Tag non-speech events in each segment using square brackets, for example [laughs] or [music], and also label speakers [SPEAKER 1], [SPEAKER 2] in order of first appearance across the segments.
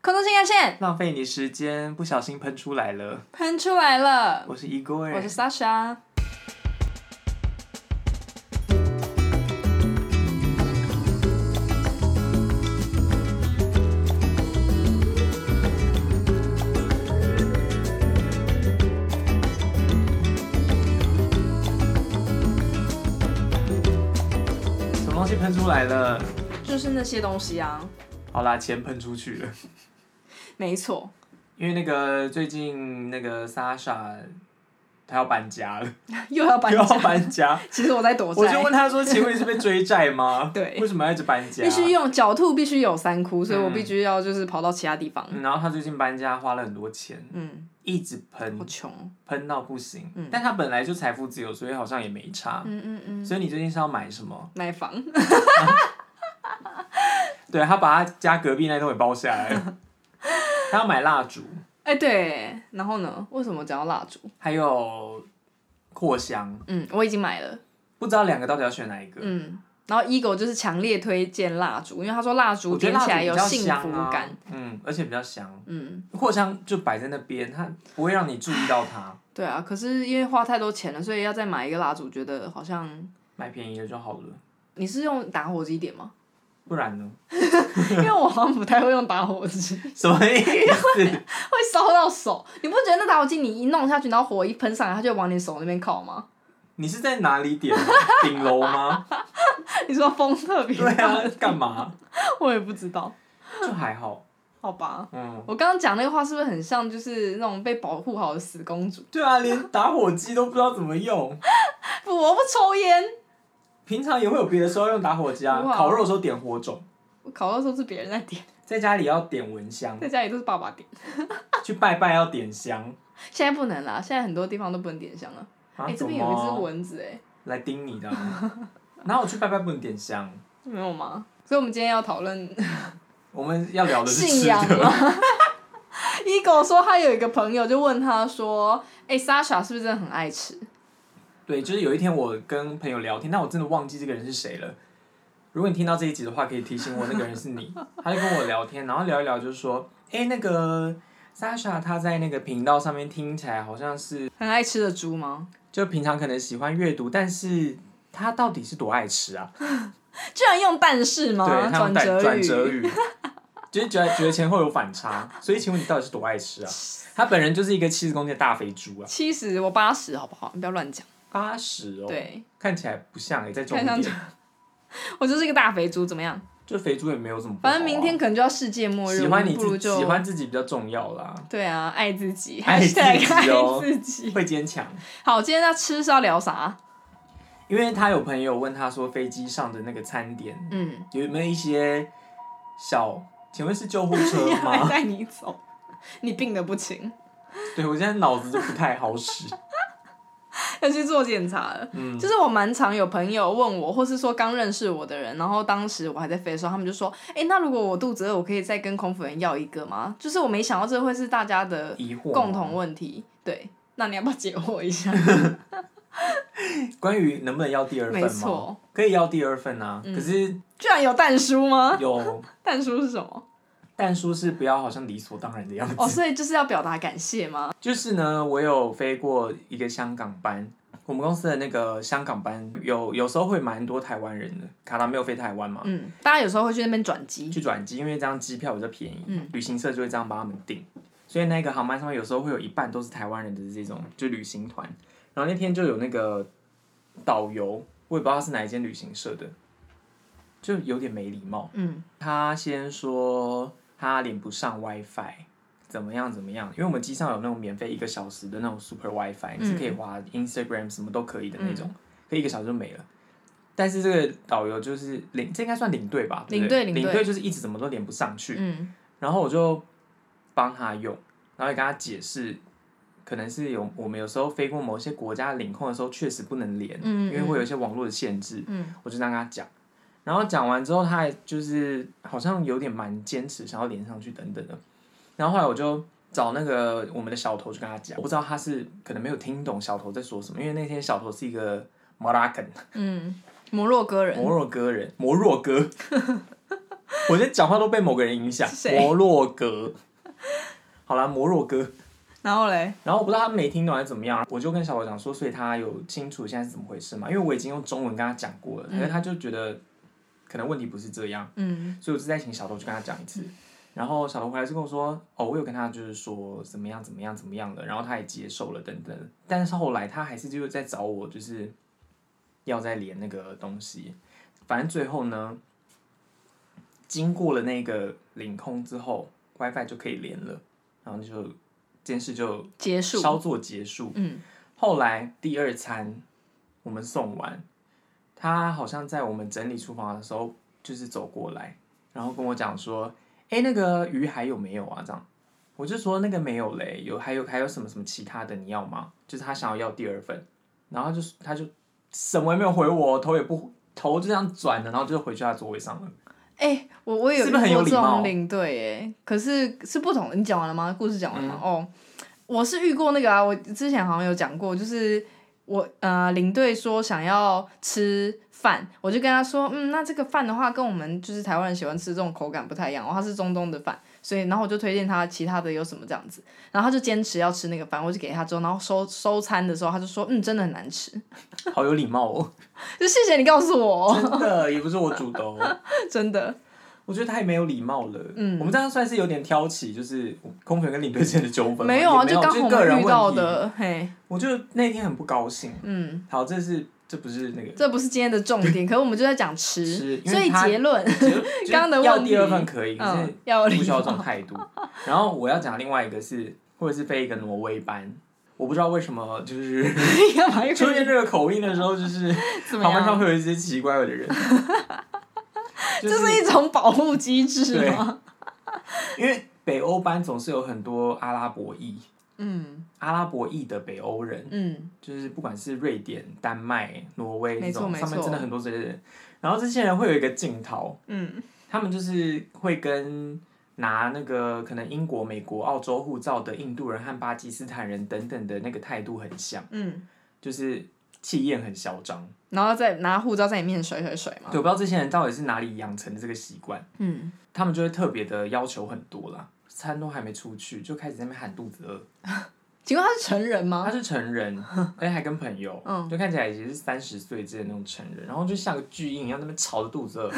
[SPEAKER 1] 空中新干线
[SPEAKER 2] 浪费你时间，不小心喷出来了。
[SPEAKER 1] 喷出来了。
[SPEAKER 2] 我是 Igor，
[SPEAKER 1] 嗯我是 Sasha。
[SPEAKER 2] 什么东西喷出来了？
[SPEAKER 1] 就是那些东西啊，
[SPEAKER 2] 好啦，钱喷出去了。
[SPEAKER 1] 没错， [laughs]
[SPEAKER 2] 因为那个最近那个 Sasha 他要搬家了，
[SPEAKER 1] 又要搬
[SPEAKER 2] 又 [laughs] 要
[SPEAKER 1] 家。
[SPEAKER 2] 搬家，
[SPEAKER 1] 其实我在躲
[SPEAKER 2] 我就
[SPEAKER 1] 债，
[SPEAKER 2] 问他说：“请问你是被追债吗？
[SPEAKER 1] [laughs] 对
[SPEAKER 2] 为什么要一直搬家
[SPEAKER 1] 必？”须用狡兔必须有三窟，所以我
[SPEAKER 2] 嗯
[SPEAKER 1] 必须要就是跑到其他地方。
[SPEAKER 2] 嗯然后他最近搬家花了很多钱，
[SPEAKER 1] 嗯，
[SPEAKER 2] 一直喷
[SPEAKER 1] 好穷。
[SPEAKER 2] 喷到不行。
[SPEAKER 1] 嗯
[SPEAKER 2] 但他本来就财富自由，所以好像也没差。
[SPEAKER 1] 嗯嗯嗯，
[SPEAKER 2] 所以你最近是要买什么？
[SPEAKER 1] 买房。
[SPEAKER 2] 对他把他家隔壁那栋也包下
[SPEAKER 1] [laughs]
[SPEAKER 2] 来了，他要买蜡烛，
[SPEAKER 1] 哎、对，然后呢？为什么讲到蜡烛？
[SPEAKER 2] 还有扩香，
[SPEAKER 1] 嗯，我已经买了。
[SPEAKER 2] 不知道两个到底要选哪一个。
[SPEAKER 1] 嗯，然后 Ego 就是强烈推荐蜡烛，因为他说蜡烛
[SPEAKER 2] 我觉
[SPEAKER 1] 点
[SPEAKER 2] 得蜡
[SPEAKER 1] 起
[SPEAKER 2] 烛
[SPEAKER 1] 来
[SPEAKER 2] 比
[SPEAKER 1] 有
[SPEAKER 2] 较
[SPEAKER 1] 幸福
[SPEAKER 2] 香啊
[SPEAKER 1] 感。，
[SPEAKER 2] 嗯，而且比较香。
[SPEAKER 1] 嗯，
[SPEAKER 2] 扩香就摆在那边，它不会让你注意到它，
[SPEAKER 1] 对啊，可是因为花太多钱了，所以要再买一个蜡烛，觉得好像
[SPEAKER 2] 买便宜的就好了，
[SPEAKER 1] 你是用打火机点吗？
[SPEAKER 2] 不然呢？ [laughs]
[SPEAKER 1] [laughs] 因为我好像不太会用打火机， [laughs]
[SPEAKER 2] 什么意思？
[SPEAKER 1] 会烧到手。你不觉得那打火机你一弄下去，然后火一喷上来，它就往你手那边靠吗？ [laughs]
[SPEAKER 2] 你是在哪里点？顶楼吗？
[SPEAKER 1] 你说风特别
[SPEAKER 2] 对
[SPEAKER 1] 大，
[SPEAKER 2] 啊，干嘛？
[SPEAKER 1] [laughs] 我也不知道，
[SPEAKER 2] 就还好，
[SPEAKER 1] 好吧。
[SPEAKER 2] 嗯，
[SPEAKER 1] 我刚刚讲那个话是不是很像就是那种被保护好的死公主？ [laughs]
[SPEAKER 2] 对啊，连打火机都不知道怎么用。
[SPEAKER 1] 不，我不抽烟。
[SPEAKER 2] 平常也会有别的时候用打火机啊，
[SPEAKER 1] 哇哦
[SPEAKER 2] 烤肉的时候点火种，
[SPEAKER 1] 我烤肉的时候是别人在点，
[SPEAKER 2] 在家里要点蚊香，
[SPEAKER 1] 在家里都是爸爸点。
[SPEAKER 2] 去拜拜要点香。
[SPEAKER 1] 现在不能啦，现在很多地方都不能点香了。哎、
[SPEAKER 2] 啊，
[SPEAKER 1] 这边
[SPEAKER 2] 怎
[SPEAKER 1] 有一
[SPEAKER 2] 么
[SPEAKER 1] 只蚊子哎、
[SPEAKER 2] 来叮你 [laughs] 的啊，哪有去拜拜不能点香？
[SPEAKER 1] 没有吗？
[SPEAKER 2] 嗯
[SPEAKER 1] 所以我们今天要讨论
[SPEAKER 2] 我们要聊的是
[SPEAKER 1] 信
[SPEAKER 2] 吃
[SPEAKER 1] 仰
[SPEAKER 2] 的，
[SPEAKER 1] 吗？ [laughs] 一狗说他有一个朋友就问他说：“哎、莎莎是不是真的很爱吃
[SPEAKER 2] [laughs] 对，就是有一天我跟朋友聊天，但我真的忘记这个人是谁了。如果你听到这一集的话，可以提醒我那个人是
[SPEAKER 1] [laughs]
[SPEAKER 2] 你。他就跟我聊天，然后聊一聊，就是说，哎、那个 Sasha 他在那个频道上面听起来好像是
[SPEAKER 1] 很爱吃的猪吗？
[SPEAKER 2] 就平常可能喜欢阅读，但是他到底是多爱吃啊？
[SPEAKER 1] 居然用但是吗？
[SPEAKER 2] 对，他
[SPEAKER 1] 转
[SPEAKER 2] 们带
[SPEAKER 1] 折
[SPEAKER 2] 转
[SPEAKER 1] 语，
[SPEAKER 2] 折语，就是觉得觉得前后有反差，所以请问你到底是多爱吃啊？他本人就是一个七十公斤的大肥猪啊，
[SPEAKER 1] 七十我八十好不好？你不要乱讲。
[SPEAKER 2] 八十哦，
[SPEAKER 1] 对
[SPEAKER 2] 看起来不像也、欸、在重
[SPEAKER 1] 看上
[SPEAKER 2] 点
[SPEAKER 1] 去，我就是一个大肥猪，怎么样？
[SPEAKER 2] 就肥猪也没有怎么不好啊、
[SPEAKER 1] 反正明天可能就要世界末日，
[SPEAKER 2] 喜欢
[SPEAKER 1] 我
[SPEAKER 2] 你
[SPEAKER 1] 们不如
[SPEAKER 2] 自
[SPEAKER 1] 就
[SPEAKER 2] 喜欢自己比较重要啦，
[SPEAKER 1] 对啊，爱自己，
[SPEAKER 2] 爱自己哦
[SPEAKER 1] hashtag 爱自己。
[SPEAKER 2] 会坚强。
[SPEAKER 1] 好，今天要吃是要聊啥？
[SPEAKER 2] 因为他有朋友问他说，飞机上的那个餐点
[SPEAKER 1] 嗯，
[SPEAKER 2] 有没有一些小？请问是救护
[SPEAKER 1] [laughs]
[SPEAKER 2] 车
[SPEAKER 1] 要来
[SPEAKER 2] 吗？
[SPEAKER 1] 带你走，你病得不轻，
[SPEAKER 2] 对我现在脑子都不太
[SPEAKER 1] [laughs]
[SPEAKER 2] 好使。
[SPEAKER 1] 要去做检查了。
[SPEAKER 2] 嗯，
[SPEAKER 1] 就是我蛮常有朋友问我，或是说刚认识我的人，然后当时我还在飞的时候，他们就说：“哎、那如果我肚子饿，我可以再跟空服员要一个吗？”就是我没想到这会是大家的
[SPEAKER 2] 疑惑吗
[SPEAKER 1] 共同问题。对，那你要不要解惑一下？
[SPEAKER 2] 关于能不能要第二份
[SPEAKER 1] 没
[SPEAKER 2] 吗
[SPEAKER 1] 错？
[SPEAKER 2] 可以要第二份啊，
[SPEAKER 1] 嗯啊
[SPEAKER 2] 可是
[SPEAKER 1] 居然有蛋叔吗？
[SPEAKER 2] 有
[SPEAKER 1] 蛋叔是什
[SPEAKER 2] [laughs]
[SPEAKER 1] 么？
[SPEAKER 2] 但说是不要好像理所当然的样子。
[SPEAKER 1] 哦，所以就是要表达感谢吗？
[SPEAKER 2] 就是呢，我有飞过一个香港班，我们公司的那个香港班有有时候会蛮多台湾人的，卡拉没有飞台湾嘛，
[SPEAKER 1] 嗯，大家有时候会去那边转机。
[SPEAKER 2] 去转机，因为这样机票比较便宜，
[SPEAKER 1] 嗯
[SPEAKER 2] 旅行社就会这样帮他们订。所以那个航班上面有时候会有一半都是台湾人的这种就旅行团，然后那天就有那个导游，我也不知道他是哪一间旅行社的，就有点没礼貌。
[SPEAKER 1] 嗯
[SPEAKER 2] 他先说他连不上 WiFi，怎么样怎么样？因为我们机上有那种免费一个小时的那种 Super WiFi，你是
[SPEAKER 1] 嗯
[SPEAKER 2] 可以滑 Instagram 什么都可以的那种，可以一个小时就没了。但是这个导游就是领，这应该算领队吧？对不对
[SPEAKER 1] 领队
[SPEAKER 2] 领
[SPEAKER 1] 领队
[SPEAKER 2] 队就是一直怎么都连不上去。
[SPEAKER 1] 嗯
[SPEAKER 2] 然后我就帮他用，然后也跟他解释，可能是有我们有时候飞过某些国家领空的时候，确实不能连，
[SPEAKER 1] 嗯
[SPEAKER 2] 因为会有一些网络的限制。
[SPEAKER 1] 嗯，
[SPEAKER 2] 我就这样跟他讲，然后讲完之后，他还就是好像有点蛮坚持，想要连上去等等的。然后后来我就找那个我们的小头去跟他讲，我不知道他是可能没有听懂小头在说什么，因为那天小头是一个摩拉肯
[SPEAKER 1] 嗯，摩洛哥人，
[SPEAKER 2] 摩洛哥人，摩洛哥， [laughs] 我今天讲话都被某个人影响。
[SPEAKER 1] 谁
[SPEAKER 2] 摩洛哥，好啦，摩洛哥。
[SPEAKER 1] 然后嘞，
[SPEAKER 2] 然后我不知道他没听懂还是怎么样，我就跟小伙讲说，所以他有清楚现在是怎么回事嘛？因为我已经用中文跟他讲过了，可是他就觉得可能问题不是这样，
[SPEAKER 1] 嗯，
[SPEAKER 2] 所以我就再请小头去跟他讲一次。然后小头回来就跟我说，哦，我有跟他就是说怎么样怎么样怎么样的，然后他也接受了等等。但是后来他还是就是在找我，就是要再连那个东西。反正最后呢，经过了那个领空之后，WiFi 就可以连了，然后就这件事就
[SPEAKER 1] 结束，
[SPEAKER 2] 稍作结束。
[SPEAKER 1] 嗯，
[SPEAKER 2] 后来第二餐我们送完，他好像在我们整理厨房的时候，就是走过来，然后跟我讲说：“哎、那个鱼还有没有啊？”这样，我就说那个没有嘞，有还有还有什么什么其他的你要吗？就是他想要要第二份，然后就是他就什么也没有回我，头也不头就这样转了，然后就回去他座位上了。
[SPEAKER 1] 哎、我我也有遇
[SPEAKER 2] 是不是很有
[SPEAKER 1] 过这
[SPEAKER 2] 礼貌
[SPEAKER 1] 种领队哎，可是是不同。你讲完了吗？故事讲完
[SPEAKER 2] 嗯
[SPEAKER 1] 了吗、哦，我是遇过那个啊，我之前好像有讲过，就是我呃领队说想要吃饭，我就跟他说，嗯，那这个饭的话跟我们就是台湾人喜欢吃这种口感不太一样，哦，它是中东的饭，所以然后我就推荐他其他的有什么这样子，然后他就坚持要吃那个饭，我就给他之后，然后收收餐的时候他就说，嗯，真的很难吃， [laughs]
[SPEAKER 2] 好有礼貌哦，
[SPEAKER 1] 就谢谢你告诉我哦，
[SPEAKER 2] 真的也不是我煮的哦。
[SPEAKER 1] 真的，
[SPEAKER 2] 我觉得太没有礼貌了。
[SPEAKER 1] 嗯
[SPEAKER 2] 我们这样算是有点挑起，就是空服员跟领队之间的纠纷吗。
[SPEAKER 1] 没有啊，
[SPEAKER 2] 也
[SPEAKER 1] 就刚好我
[SPEAKER 2] 个人
[SPEAKER 1] 们遇
[SPEAKER 2] 问题
[SPEAKER 1] 到。的，嘿，
[SPEAKER 2] 我就那天很不高兴。
[SPEAKER 1] 嗯。
[SPEAKER 2] 好，这是这不是那个，
[SPEAKER 1] 这不是今天的重点，可是我们就在讲吃
[SPEAKER 2] 吃，因为
[SPEAKER 1] 所以
[SPEAKER 2] 它
[SPEAKER 1] 结论，
[SPEAKER 2] 就是
[SPEAKER 1] [laughs] 刚刚的
[SPEAKER 2] 要
[SPEAKER 1] 问题
[SPEAKER 2] 第二份可以，可
[SPEAKER 1] 嗯
[SPEAKER 2] 是，
[SPEAKER 1] 要有
[SPEAKER 2] 不
[SPEAKER 1] 礼
[SPEAKER 2] 需要这种
[SPEAKER 1] 貌，
[SPEAKER 2] 态度。然后我要讲另外一个是，或者是飞一个挪威班，我不知道为什么就是
[SPEAKER 1] [laughs] 干嘛又
[SPEAKER 2] 出现这个口音的时候，就是
[SPEAKER 1] [laughs] 怎么
[SPEAKER 2] 航班上
[SPEAKER 1] 样？
[SPEAKER 2] 会有一些奇怪
[SPEAKER 1] [laughs]
[SPEAKER 2] 的人。就
[SPEAKER 1] 这是一种保护机制
[SPEAKER 2] 对
[SPEAKER 1] 吗？
[SPEAKER 2] 因为北欧班总是有很多阿拉伯裔，
[SPEAKER 1] 嗯
[SPEAKER 2] 阿拉伯裔的北欧人。
[SPEAKER 1] 嗯，
[SPEAKER 2] 就是不管是瑞典、丹麦、挪威
[SPEAKER 1] 没
[SPEAKER 2] 这
[SPEAKER 1] 错
[SPEAKER 2] 种，
[SPEAKER 1] 没
[SPEAKER 2] 上面
[SPEAKER 1] 错
[SPEAKER 2] 真的很多这些人。然后这些人会有一个镜头，
[SPEAKER 1] 嗯，
[SPEAKER 2] 他们就是会跟拿那个可能英国、美国、澳洲护照的印度人和巴基斯坦人等等的那个态度很像，
[SPEAKER 1] 嗯，
[SPEAKER 2] 就是气焰很嚣张。
[SPEAKER 1] 然后再拿护照在你面前甩甩甩嘛，
[SPEAKER 2] 对，我不知道这些人到底是哪里养成的这个习惯，
[SPEAKER 1] 嗯，
[SPEAKER 2] 他们就会特别的要求很多啦。餐都还没出去，就开始在那边喊肚子饿。
[SPEAKER 1] 请问他是成人吗
[SPEAKER 2] 他？是
[SPEAKER 1] [laughs]
[SPEAKER 2] 成人，而且还跟朋友，
[SPEAKER 1] 嗯
[SPEAKER 2] 就看起来也是三十岁之类的那种成人，然后就像个巨婴一样，那边吵着肚
[SPEAKER 1] [laughs]
[SPEAKER 2] 子饿。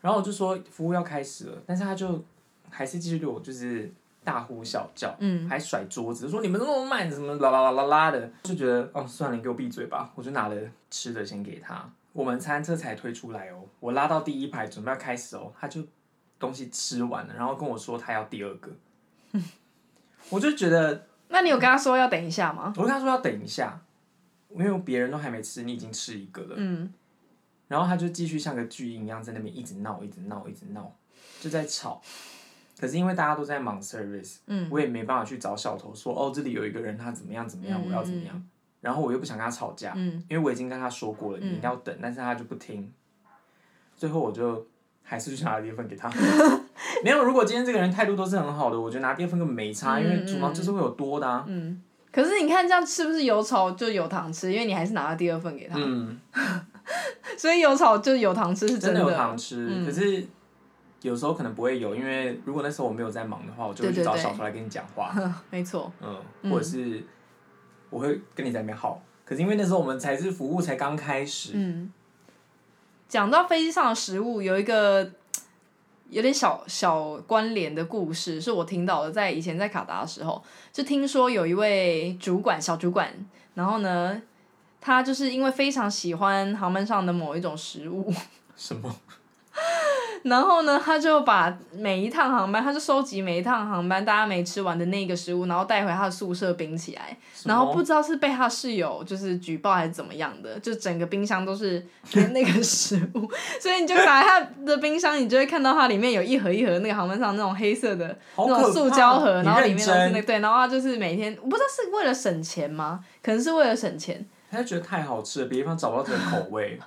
[SPEAKER 2] 然后我就说服务要开始了，但是他就还是继续对我就是大呼小叫，
[SPEAKER 1] 嗯，
[SPEAKER 2] 还甩桌子，说你们怎么那么慢，什么啦啦啦啦啦的，就觉得哦算了，你给我闭嘴吧，我就拿了吃的先给他。我们餐车才推出来哦，我拉到第一排准备要开始哦，他就东西吃完了，然后跟我说他要第二个， [laughs] 我就觉得
[SPEAKER 1] 那你有跟他说要等一下吗？
[SPEAKER 2] 我就跟他说要等一下，因为别人都还没吃，你已经吃一个了。
[SPEAKER 1] 嗯，
[SPEAKER 2] 然后他就继续像个巨婴一样在那边一直闹，一直闹，一直闹，就在吵。可是因为大家都在忙 service，
[SPEAKER 1] 嗯
[SPEAKER 2] 我也没办法去找小头说哦，这里有一个人他怎么样怎么样，
[SPEAKER 1] 嗯
[SPEAKER 2] 我要怎么样。然后我又不想跟他吵架，
[SPEAKER 1] 嗯
[SPEAKER 2] 因为我已经跟他说过了，你一定要等，但是他就不听。最后我就还是去拿了第二份给
[SPEAKER 1] [laughs]
[SPEAKER 2] 他。没有，如果今天这个人态度都是很好的，我觉得拿第二份根本没差，因为厨房就是会有多的啊。
[SPEAKER 1] 嗯。可是你看这样是不是有草就有糖吃？因为你还是拿了第二份给他，
[SPEAKER 2] 嗯
[SPEAKER 1] 所以有草就有糖吃是
[SPEAKER 2] 真的
[SPEAKER 1] 的。
[SPEAKER 2] 有糖吃，
[SPEAKER 1] 嗯
[SPEAKER 2] 可是有时候可能不会有，因为如果那时候我没有在忙的话，我就会
[SPEAKER 1] 对
[SPEAKER 2] 去
[SPEAKER 1] 对
[SPEAKER 2] 找
[SPEAKER 1] 对
[SPEAKER 2] 小头来跟你讲
[SPEAKER 1] [laughs]
[SPEAKER 2] 话，
[SPEAKER 1] 没错，
[SPEAKER 2] 嗯，或者是我会跟你在那边耗。可是因为那时候我们才是服务才刚开始，
[SPEAKER 1] 嗯，讲到飞机上的食物，有一个有点小小关联的故事，是我听到的，在以前在卡达的时候，就听说有一位主管小主管，然后呢，他就是因为非常喜欢航班上的某一种食物， [laughs]
[SPEAKER 2] 什么？
[SPEAKER 1] 然后呢，他就把每一趟航班，他就收集每一趟航班大家没吃完的那个食物，然后带回他的宿舍冰起来，
[SPEAKER 2] 什么
[SPEAKER 1] 然后不知道是被他室友就是举报还是怎么样的，就整个冰箱都是 [laughs] 那个食物， [laughs] 所以你就打开他的冰箱，你就会看到它里面有一盒一盒那个航班上那种黑色的
[SPEAKER 2] 好
[SPEAKER 1] 那
[SPEAKER 2] 可怕
[SPEAKER 1] 种塑胶盒，
[SPEAKER 2] 你
[SPEAKER 1] 然后里
[SPEAKER 2] 认
[SPEAKER 1] 面都是那
[SPEAKER 2] 真
[SPEAKER 1] 个对，然后他就是每天我不知道是为了省钱吗？可能是为了省钱， [laughs]
[SPEAKER 2] 他就觉得太好吃了，别的地方找不到这个口味，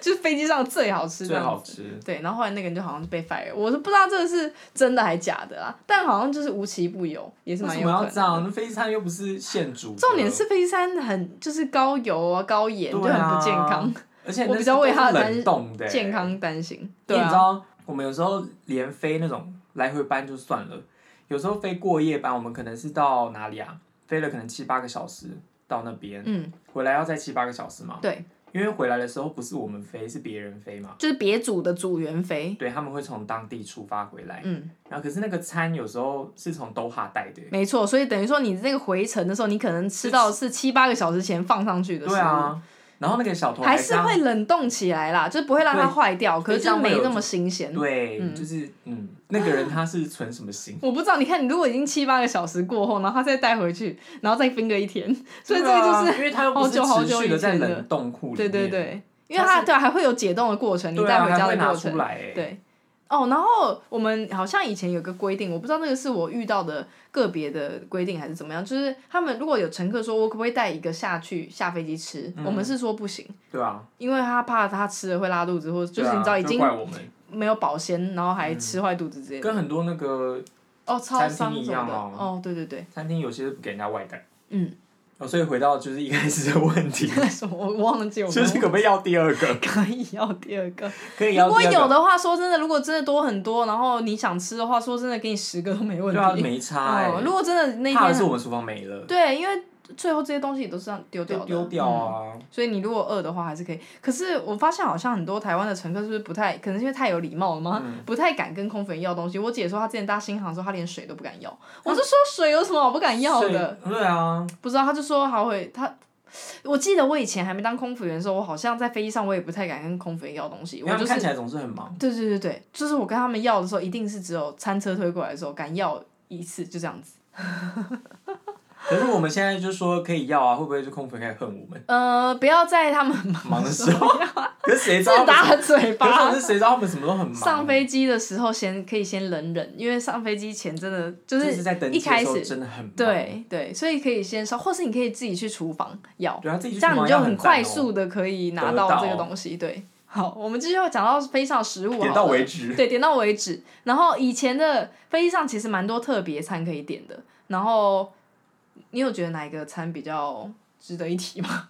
[SPEAKER 1] 就是飞机上最好吃的
[SPEAKER 2] 最好吃。
[SPEAKER 1] 对，然后后来那个人就好像被 fire，我是不知道这个是真的还假的啊，但好像就是无奇不有，也是
[SPEAKER 2] 为
[SPEAKER 1] 蛮
[SPEAKER 2] 什
[SPEAKER 1] 有
[SPEAKER 2] 么
[SPEAKER 1] 可能
[SPEAKER 2] 要
[SPEAKER 1] 的
[SPEAKER 2] 这样？那飞机餐又不是现煮的，
[SPEAKER 1] 重点是飞机餐很就是高油啊、高盐，就
[SPEAKER 2] 对啊
[SPEAKER 1] 很不健康。， [laughs]
[SPEAKER 2] 而且
[SPEAKER 1] 我
[SPEAKER 2] 那
[SPEAKER 1] 比较为
[SPEAKER 2] 是都
[SPEAKER 1] 他
[SPEAKER 2] 是
[SPEAKER 1] 的担
[SPEAKER 2] 冷冻的欸
[SPEAKER 1] 健。康担心。
[SPEAKER 2] 因
[SPEAKER 1] 对
[SPEAKER 2] 为你知
[SPEAKER 1] 啊，
[SPEAKER 2] 道我们有时候连飞那种来回班就算了，有时候飞过夜班，我们可能是到哪里啊？飞了可能七八个小时到那边，
[SPEAKER 1] 嗯，
[SPEAKER 2] 回来要再七八个小时嘛。
[SPEAKER 1] 对，
[SPEAKER 2] 因为回来的时候不是我们飞，是别人飞嘛。
[SPEAKER 1] 就是别组的组员飞，
[SPEAKER 2] 对，他们会从当地出发回来，
[SPEAKER 1] 嗯，
[SPEAKER 2] 然后可是那个餐有时候是从都哈带的。
[SPEAKER 1] 没错，所以等于说你那个回程的时候，你可能吃到是七八个小时前放上去的食物，
[SPEAKER 2] 对啊，然后那个小头
[SPEAKER 1] 还
[SPEAKER 2] 是
[SPEAKER 1] 是会冷冻起来啦，就是不会让它坏掉，可是就没那么新鲜。
[SPEAKER 2] 对，就是嗯，那个人他是存什么心？
[SPEAKER 1] 我不知道，你看，你如果已经七八个小时过后，然后他再带回去，然后再分个一天， [laughs] 所以这
[SPEAKER 2] 对
[SPEAKER 1] 个
[SPEAKER 2] 啊
[SPEAKER 1] 就是，
[SPEAKER 2] 因为他又不
[SPEAKER 1] 好
[SPEAKER 2] 是
[SPEAKER 1] 久好久
[SPEAKER 2] 持续
[SPEAKER 1] 以
[SPEAKER 2] 的在
[SPEAKER 1] 前的
[SPEAKER 2] 冷冻库里
[SPEAKER 1] 对
[SPEAKER 2] 面，
[SPEAKER 1] 对
[SPEAKER 2] 对，
[SPEAKER 1] 对，因为它对还会有解冻的过程，你带
[SPEAKER 2] 啊，
[SPEAKER 1] 回
[SPEAKER 2] 还
[SPEAKER 1] 家
[SPEAKER 2] 会
[SPEAKER 1] 的
[SPEAKER 2] 拿
[SPEAKER 1] 过
[SPEAKER 2] 出
[SPEAKER 1] 程，
[SPEAKER 2] 来欸，
[SPEAKER 1] 对。哦，然后我们好像以前有个规定，我不知道那个是我遇到的个别的规定还是怎么样，就是他们如果有乘客说我可不可以带一个下去下飞机吃，
[SPEAKER 2] 嗯
[SPEAKER 1] 我们是说不行，
[SPEAKER 2] 对啊，
[SPEAKER 1] 因为他怕他吃了会拉肚子，或者就是
[SPEAKER 2] 对啊
[SPEAKER 1] 你知道已
[SPEAKER 2] 就
[SPEAKER 1] 经
[SPEAKER 2] 怪我们
[SPEAKER 1] 没有保鲜，然后还吃坏肚子之类的。
[SPEAKER 2] 跟很多那个
[SPEAKER 1] 哦，超
[SPEAKER 2] 餐
[SPEAKER 1] 商
[SPEAKER 2] 厅一
[SPEAKER 1] 什么
[SPEAKER 2] 样
[SPEAKER 1] 的，
[SPEAKER 2] 哦
[SPEAKER 1] 哦，对对对，
[SPEAKER 2] 餐厅有些是不给人家外带， [laughs]
[SPEAKER 1] 嗯，
[SPEAKER 2] 哦，所以回到就是一开始的问题，
[SPEAKER 1] 什么我忘记我们
[SPEAKER 2] 就是可不可以要
[SPEAKER 1] [laughs]
[SPEAKER 2] 第二个？
[SPEAKER 1] 可以要第二个。
[SPEAKER 2] 可以
[SPEAKER 1] 如
[SPEAKER 2] 要
[SPEAKER 1] 果
[SPEAKER 2] 第二
[SPEAKER 1] 有
[SPEAKER 2] 个，
[SPEAKER 1] 的话，说真的，如果真的多很多，然后你想吃的话，说真的，给你十个都没问
[SPEAKER 2] 对啊，
[SPEAKER 1] 题。
[SPEAKER 2] 没差
[SPEAKER 1] 哦，
[SPEAKER 2] 哎，
[SPEAKER 1] 如果真的那
[SPEAKER 2] 怕的是
[SPEAKER 1] 天
[SPEAKER 2] 我们厨房没了，
[SPEAKER 1] 对，因为最后这些东西也都是这样丢掉
[SPEAKER 2] 就
[SPEAKER 1] 的，
[SPEAKER 2] 丢掉
[SPEAKER 1] 嗯
[SPEAKER 2] 啊，
[SPEAKER 1] 所以你如果饿的话，还是可以。可是我发现好像很多台湾的乘客是不是不太，可能是因为太有礼貌了吗？ [laughs]
[SPEAKER 2] 嗯
[SPEAKER 1] 不太敢跟空服员要东西。我姐说她之前搭新航的时候，她连水都不敢要。我就说
[SPEAKER 2] 啊
[SPEAKER 1] 水有什么我不敢要的？
[SPEAKER 2] 所以，对啊，
[SPEAKER 1] 不知道，他就说好会他。我记得我以前还没当空服员的时候，我好像在飞机上我也不太敢跟空服员要东西，
[SPEAKER 2] 因为
[SPEAKER 1] 我
[SPEAKER 2] 他
[SPEAKER 1] 就
[SPEAKER 2] 们
[SPEAKER 1] 是
[SPEAKER 2] 看起来总是很忙，
[SPEAKER 1] 对对对对，就是我跟他们要的时候，一定是只有餐车推过来的时候敢要一次，就这样子。
[SPEAKER 2] 可是我们现在就说可以要啊，会不会就空服员开始恨我
[SPEAKER 1] [laughs]
[SPEAKER 2] 们？
[SPEAKER 1] 呃，不要在他们忙 [laughs]
[SPEAKER 2] 忙的时候，可是谁知
[SPEAKER 1] 自
[SPEAKER 2] 道他们
[SPEAKER 1] 打嘴
[SPEAKER 2] 可是
[SPEAKER 1] 巴
[SPEAKER 2] 可。是谁知道他们什么都很忙？
[SPEAKER 1] 上飞机的时候先可以先忍忍，因为上飞机前真的就
[SPEAKER 2] 就是是在登
[SPEAKER 1] 一
[SPEAKER 2] 机的
[SPEAKER 1] 开
[SPEAKER 2] 时候
[SPEAKER 1] 始
[SPEAKER 2] 真的很忙。
[SPEAKER 1] 对对，所以可以先烧，或是你可以自己去厨房要。
[SPEAKER 2] 对啊，自己去
[SPEAKER 1] 这样
[SPEAKER 2] 忙
[SPEAKER 1] 你
[SPEAKER 2] 要
[SPEAKER 1] 就
[SPEAKER 2] 很
[SPEAKER 1] 很
[SPEAKER 2] 赞哦
[SPEAKER 1] 快速的可以拿
[SPEAKER 2] 得
[SPEAKER 1] 到
[SPEAKER 2] 到
[SPEAKER 1] 这个东西。对，好，我们继续讲到飞机上食物好了，
[SPEAKER 2] 点到为止。
[SPEAKER 1] 对，点到为止。然后以前的飞机上其实蛮多特别餐可以点的。然后你有觉得哪一个餐比较值得一提吗？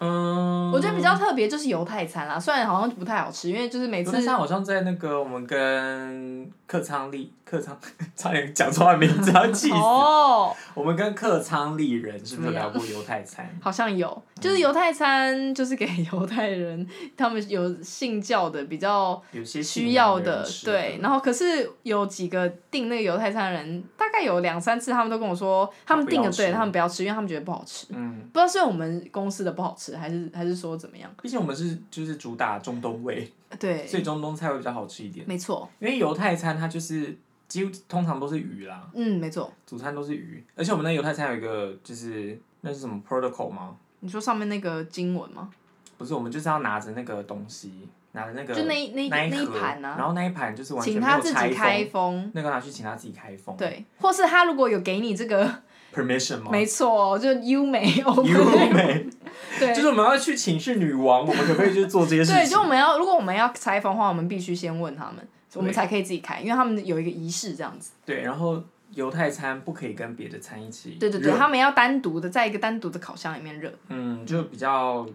[SPEAKER 2] 嗯，
[SPEAKER 1] 我觉得比较特别就是犹太餐啦，虽然好像不太好吃，因为就是每
[SPEAKER 2] 有
[SPEAKER 1] 次
[SPEAKER 2] 那天好像在那个我们跟客舱丽客舱， [laughs] 差点讲错他名字，要气
[SPEAKER 1] [laughs]
[SPEAKER 2] 死。
[SPEAKER 1] 哦，
[SPEAKER 2] 我们跟客舱丽人是
[SPEAKER 1] 怎
[SPEAKER 2] 不是
[SPEAKER 1] 么
[SPEAKER 2] 聊
[SPEAKER 1] 样
[SPEAKER 2] 过犹太餐？
[SPEAKER 1] 好像有，
[SPEAKER 2] 嗯
[SPEAKER 1] 就是犹太餐就是给犹太人 [laughs] 他们有信教的比较
[SPEAKER 2] 有些
[SPEAKER 1] 需要
[SPEAKER 2] 的
[SPEAKER 1] 的
[SPEAKER 2] 人，吃的
[SPEAKER 1] 对。，然后可是有几个订那个犹太餐的人，大概有两三次，他们都跟我说，他们
[SPEAKER 2] 不要
[SPEAKER 1] 订的对
[SPEAKER 2] 吃
[SPEAKER 1] 他们不要吃，因为他们觉得不好吃。
[SPEAKER 2] 嗯，
[SPEAKER 1] 不知道是因为我们公司的不好吃，还是还是说怎么样？
[SPEAKER 2] 毕竟我们是就是主打中东味，
[SPEAKER 1] 对，
[SPEAKER 2] 所以中东菜会比较好吃一点。
[SPEAKER 1] 没错，
[SPEAKER 2] 因为犹太餐它就是几乎通常都是鱼啦，
[SPEAKER 1] 嗯，没错。
[SPEAKER 2] 主餐都是鱼，而且我们那犹太餐有一个就是那是什么 protocol 吗？
[SPEAKER 1] 你说上面那个经文吗？
[SPEAKER 2] 不是，我们就是要拿着那个东西，拿着那个
[SPEAKER 1] 就那一那一那
[SPEAKER 2] 一
[SPEAKER 1] 一
[SPEAKER 2] 盒
[SPEAKER 1] 盘啊
[SPEAKER 2] 然后那一盘就是完全
[SPEAKER 1] 请
[SPEAKER 2] 没
[SPEAKER 1] 他
[SPEAKER 2] 有
[SPEAKER 1] 自
[SPEAKER 2] 拆
[SPEAKER 1] 己开
[SPEAKER 2] 封，
[SPEAKER 1] 封。
[SPEAKER 2] 那个拿去请他自己开封，
[SPEAKER 1] 对，或是他如果有给你这个，
[SPEAKER 2] ，permission 吗？
[SPEAKER 1] 没错，哦就优美
[SPEAKER 2] [laughs] 优
[SPEAKER 1] ，open，
[SPEAKER 2] 美，
[SPEAKER 1] [laughs] 对
[SPEAKER 2] 就是我们要去请示女王，我们可不可以去做这些事情？
[SPEAKER 1] 对，就我们要如果我们要拆封的话，我们必须先问他们，我们
[SPEAKER 2] 对
[SPEAKER 1] 才可以自己开，因为他们有一个仪式这样子。
[SPEAKER 2] 对然后犹太餐不可以跟别的餐一起，
[SPEAKER 1] 对对对，，他们要单独的在一个单独的烤箱里面热。
[SPEAKER 2] 嗯，就比较